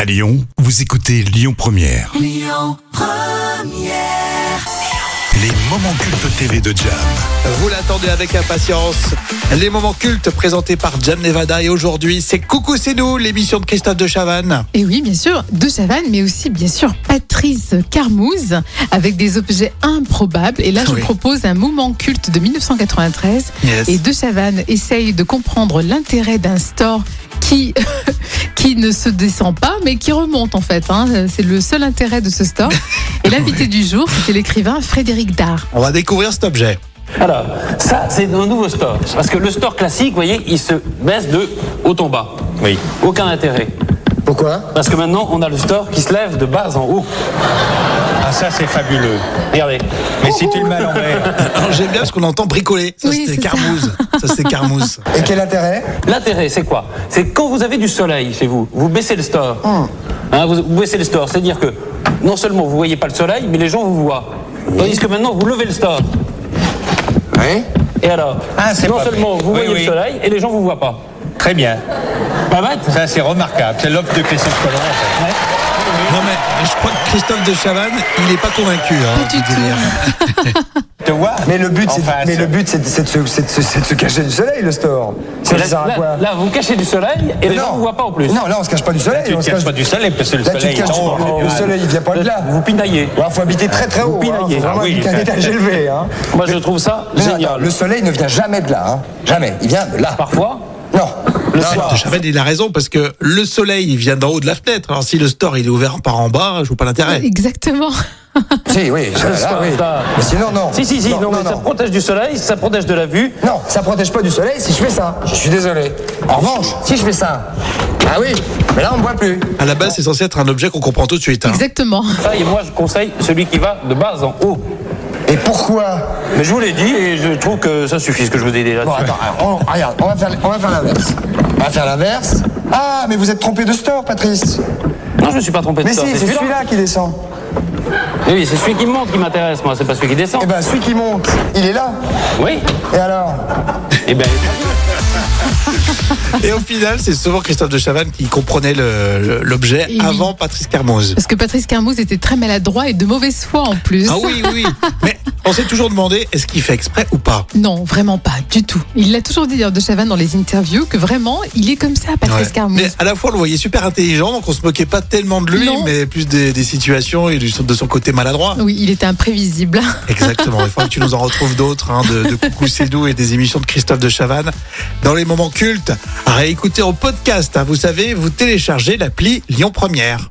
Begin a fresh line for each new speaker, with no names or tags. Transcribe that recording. À Lyon, vous écoutez Lyon Première. Les moments cultes TV de Jam.
Vous l'attendez avec impatience. Les moments cultes présentés par Jam Nevada et aujourd'hui, c'est Coucou c'est nous, l'émission de Christophe de Chavannes.
Et oui, bien sûr, de Chavannes, mais aussi bien sûr Patrice Carmouze, avec des objets improbables. Et là, je
Oui.
propose un moment culte de 1993.
Yes.
Et de Chavannes essaye de comprendre l'intérêt d'un store qui, qui ne se descend pas, mais qui remonte en fait. hein. C'est le seul intérêt de ce store. Et l'invité du jour, c'était l'écrivain Frédéric Dard.
On va découvrir cet objet.
Alors, ça, c'est un nouveau store. Parce que le store classique, vous voyez, il se baisse de haut en bas. Oui. Aucun intérêt.
Pourquoi
Parce que maintenant, on a le store qui se lève de bas en haut.
Ah ça c'est fabuleux.
Regardez.
Mais si tu le mal en l'air.
Alors, J'aime bien parce qu'on entend bricoler. Ça,
Oui,
c'était
c'est ça.
Carmouze. Ça, c'était Carmouze.
Et quel intérêt
L'intérêt, c'est quoi C'est quand vous avez du soleil chez vous, vous baissez le store.
Hmm.
Hein, vous, vous baissez le store. C'est-à-dire que non seulement vous voyez pas le soleil, mais les gens vous voient. Tandis que maintenant, vous levez le store.
Oui.
Et alors
Ah, c'est
Non
pas
seulement
vrai.
vous
Oui,
voyez
oui.
le soleil, et les gens vous voient pas.
Très bien.
Pas bête
Ça c'est remarquable. C'est l'offre de Christophe Colomb. en fait.
Non, mais je crois que Christophe de Chavannes, il n'est pas convaincu. hein,
Pas du
de
tout.
dire.
Tu vois
Mais le but,
En
c'est
face.
mais le but, c'est c'est de, se- c'est de se- c'est de se cacher du soleil, le store. Ça
là,
sert à
là-
quoi
là, vous cachez du soleil, et les gens
Non.
vous voient pas en plus.
Non, là, on se cache pas du soleil.
Tu
on
ne
se
caches
cache-
pas du soleil parce que le
Là, tu
soleil
te
est
caches
en
du-
haut.
Le soleil, il vient pas de là.
Vous pinaillez.
Il faut habiter très très
Vous
haut. hein.
pinaillez.
Faut vraiment
Ah oui.
habiter à un étage élevé. hein.
Moi, je trouve ça
Mais non,
génial.
attends, Le soleil ne vient jamais de là. hein. Jamais. Il vient de là.
Parfois,
Non.
le
Non,
soir.
Ah.
De Chavannes, il a raison parce que le soleil, il vient d'en haut de la fenêtre. Alors, si le store, il est ouvert par en bas, je vois pas l'intérêt.
Exactement.
Ah.
Si, oui. ça,
Le
là,
soir,
oui.
ça.
Mais sinon, non.
Si, si, si, non, mais ça
non.
protège du soleil, ça protège de la vue.
Non, ça protège pas du soleil si je fais ça. Je suis désolé. En revanche, si je fais ça, ah oui, mais là on me voit plus.
À la base, c'est censé être un objet qu'on comprend tout de suite. hein.
Exactement.
Ça, et moi, je conseille celui qui va de bas en haut.
Et pourquoi
Mais je vous l'ai dit, et je trouve que ça suffit ce que je vous ai dit là.
Bon, attends, alors, on, regarde, on va faire, on va faire l'inverse. On va faire l'inverse. Ah, mais vous êtes trompé de store, Patrice.
Non, je ne suis pas trompé de
Mais
ça.
si, c'est celui-là qui descend.
Mais oui, c'est celui qui monte qui m'intéresse, moi, c'est pas celui qui descend.
Eh ben, celui qui monte, il est là.
Oui.
Et alors
Eh ben,
Et au final, c'est souvent Christophe de Chavannes qui comprenait le- le- l'objet
Et oui.
avant Patrice Carmouze.
Parce que Patrice Carmouze était très maladroit et de mauvaise foi en plus.
Ah oui, oui, oui. Mais on s'est toujours demandé, est-ce qu'il fait exprès ou pas
Non, vraiment pas, du tout. Il l'a toujours dit d'ailleurs de Chavannes dans les interviews que vraiment, il est comme ça, Patrice
Ouais.
Carmouze.
Mais à la fois, on le voyait super intelligent, donc on se moquait pas tellement de lui,
Non.
mais plus des, des situations et du- de son côté maladroit.
Oui, il était imprévisible.
Exactement. Il faudrait que tu nous en retrouves d'autres, hein, de, de Coucou C'est doux et des émissions de Christophe de Chavannes dans les moments cultes. À réécouter en podcast, hein. vous savez, vous téléchargez l'appli Lyon Première.